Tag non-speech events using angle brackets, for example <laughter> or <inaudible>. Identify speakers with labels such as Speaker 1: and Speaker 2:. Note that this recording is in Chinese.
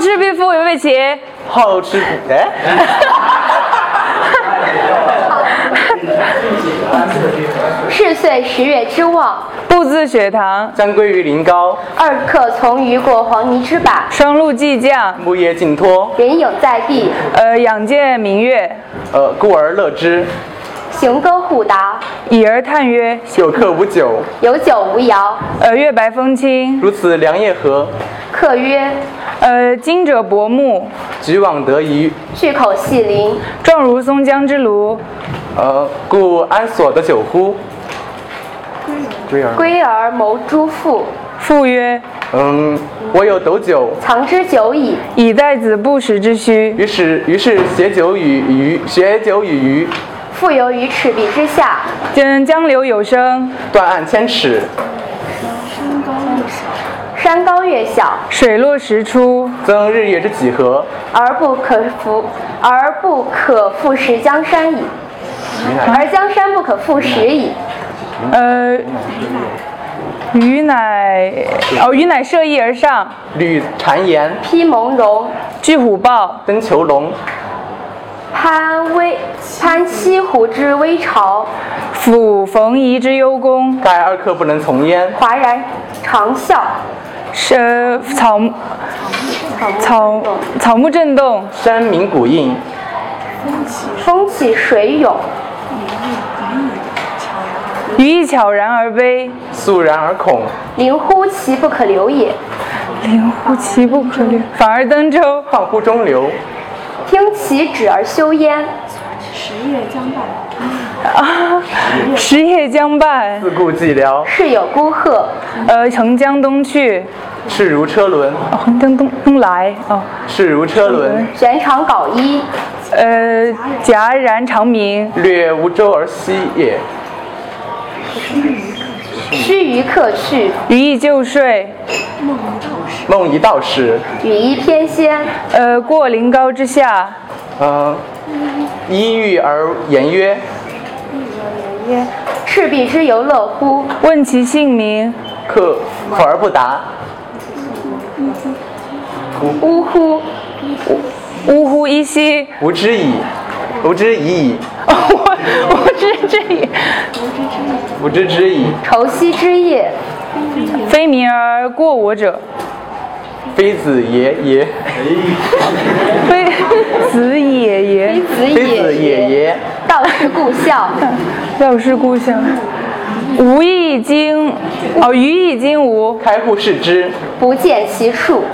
Speaker 1: 吃必复有味齐，
Speaker 2: 好吃不哎，
Speaker 3: 是岁十月之望，
Speaker 1: 步自雪堂，
Speaker 2: 将归于临高，
Speaker 3: 二客从鱼过黄泥之坝，
Speaker 1: 双陆既将，
Speaker 2: 木叶尽脱，
Speaker 3: 人影在地，
Speaker 1: 呃，仰见明月，
Speaker 2: 呃，故而乐之。
Speaker 3: 行歌互答，
Speaker 1: 已而叹曰：
Speaker 2: 有客无酒，
Speaker 3: 有酒无肴。
Speaker 1: 呃，月呃白风清，
Speaker 2: 如此良夜合，
Speaker 3: 客曰：
Speaker 1: 呃，今者薄暮，
Speaker 2: 举往得宜。
Speaker 3: 巨口细鳞，
Speaker 1: 状如松江之庐。
Speaker 2: 呃，故安所得酒乎？归儿。
Speaker 3: 归而谋诸父，
Speaker 1: 父曰：
Speaker 2: 嗯，我有斗酒，
Speaker 3: 藏之久矣。
Speaker 1: 以待子不时之需。
Speaker 2: 于是于是携酒与鱼，携酒与鱼，
Speaker 3: 复游于赤壁之下，
Speaker 1: 见江流有声，
Speaker 2: 断岸千尺，
Speaker 3: 山高月小，
Speaker 1: 水落石出。
Speaker 2: 增日月之几何？
Speaker 3: 而不可复，而不可复食江山矣，而江山不可复食矣。
Speaker 1: 呃，鱼乃哦，鱼乃射翼而上，
Speaker 2: 履蝉岩，
Speaker 3: 披蒙茸，
Speaker 1: 巨虎豹，
Speaker 2: 登囚龙，
Speaker 3: 攀危攀西湖之危潮，
Speaker 1: 俯逢夷之幽宫。
Speaker 2: 盖二客不能从焉。
Speaker 3: 哗然长啸，
Speaker 1: 是呃草木草
Speaker 3: 动
Speaker 1: 草木震动，
Speaker 2: 山鸣谷应，
Speaker 3: 风起水涌，
Speaker 1: 鱼亦悄然而悲。
Speaker 2: 肃然而恐，
Speaker 3: 临乎其不可留也。
Speaker 1: 灵乎其不可虑，反而登舟。
Speaker 2: 况乎中流。
Speaker 3: 听其旨而修焉，
Speaker 4: 十月将半，
Speaker 1: 时夜将半，
Speaker 2: 自顾寂寥，
Speaker 3: 是有孤鹤，
Speaker 1: 呃，乘江东去，
Speaker 2: 势如车轮，
Speaker 1: 哦，横江东东来哦，
Speaker 2: 势如车轮，
Speaker 3: 悬长缟衣，
Speaker 1: 呃，戛然长鸣，
Speaker 2: 略无舟而西也。
Speaker 3: 须臾客去，
Speaker 1: 余亦旧睡，
Speaker 2: 梦一道时，
Speaker 3: 羽衣翩跹，
Speaker 1: 呃，过临高之下，
Speaker 2: 嗯、依欲而言曰：
Speaker 3: 赤壁之游乐乎？
Speaker 1: 问其姓名，
Speaker 2: 客否而不答。
Speaker 3: 呜呼！
Speaker 1: 呜呼依稀。 <laughs>
Speaker 2: 无知矣，无知已矣，
Speaker 1: 我我知这里，
Speaker 2: 无知之矣，
Speaker 3: 愁兮之夜，
Speaker 1: 非民而过我者，
Speaker 2: 非子也也，
Speaker 1: 非 <laughs> 子也
Speaker 3: 非
Speaker 1: 也。
Speaker 3: 子
Speaker 2: 非子
Speaker 3: 也
Speaker 2: 也
Speaker 3: 也。
Speaker 2: 也。
Speaker 3: 道是故乡，
Speaker 1: 道是故乡，吾亦今，哦，余亦今无。
Speaker 2: 开户视之，
Speaker 3: 不见其处。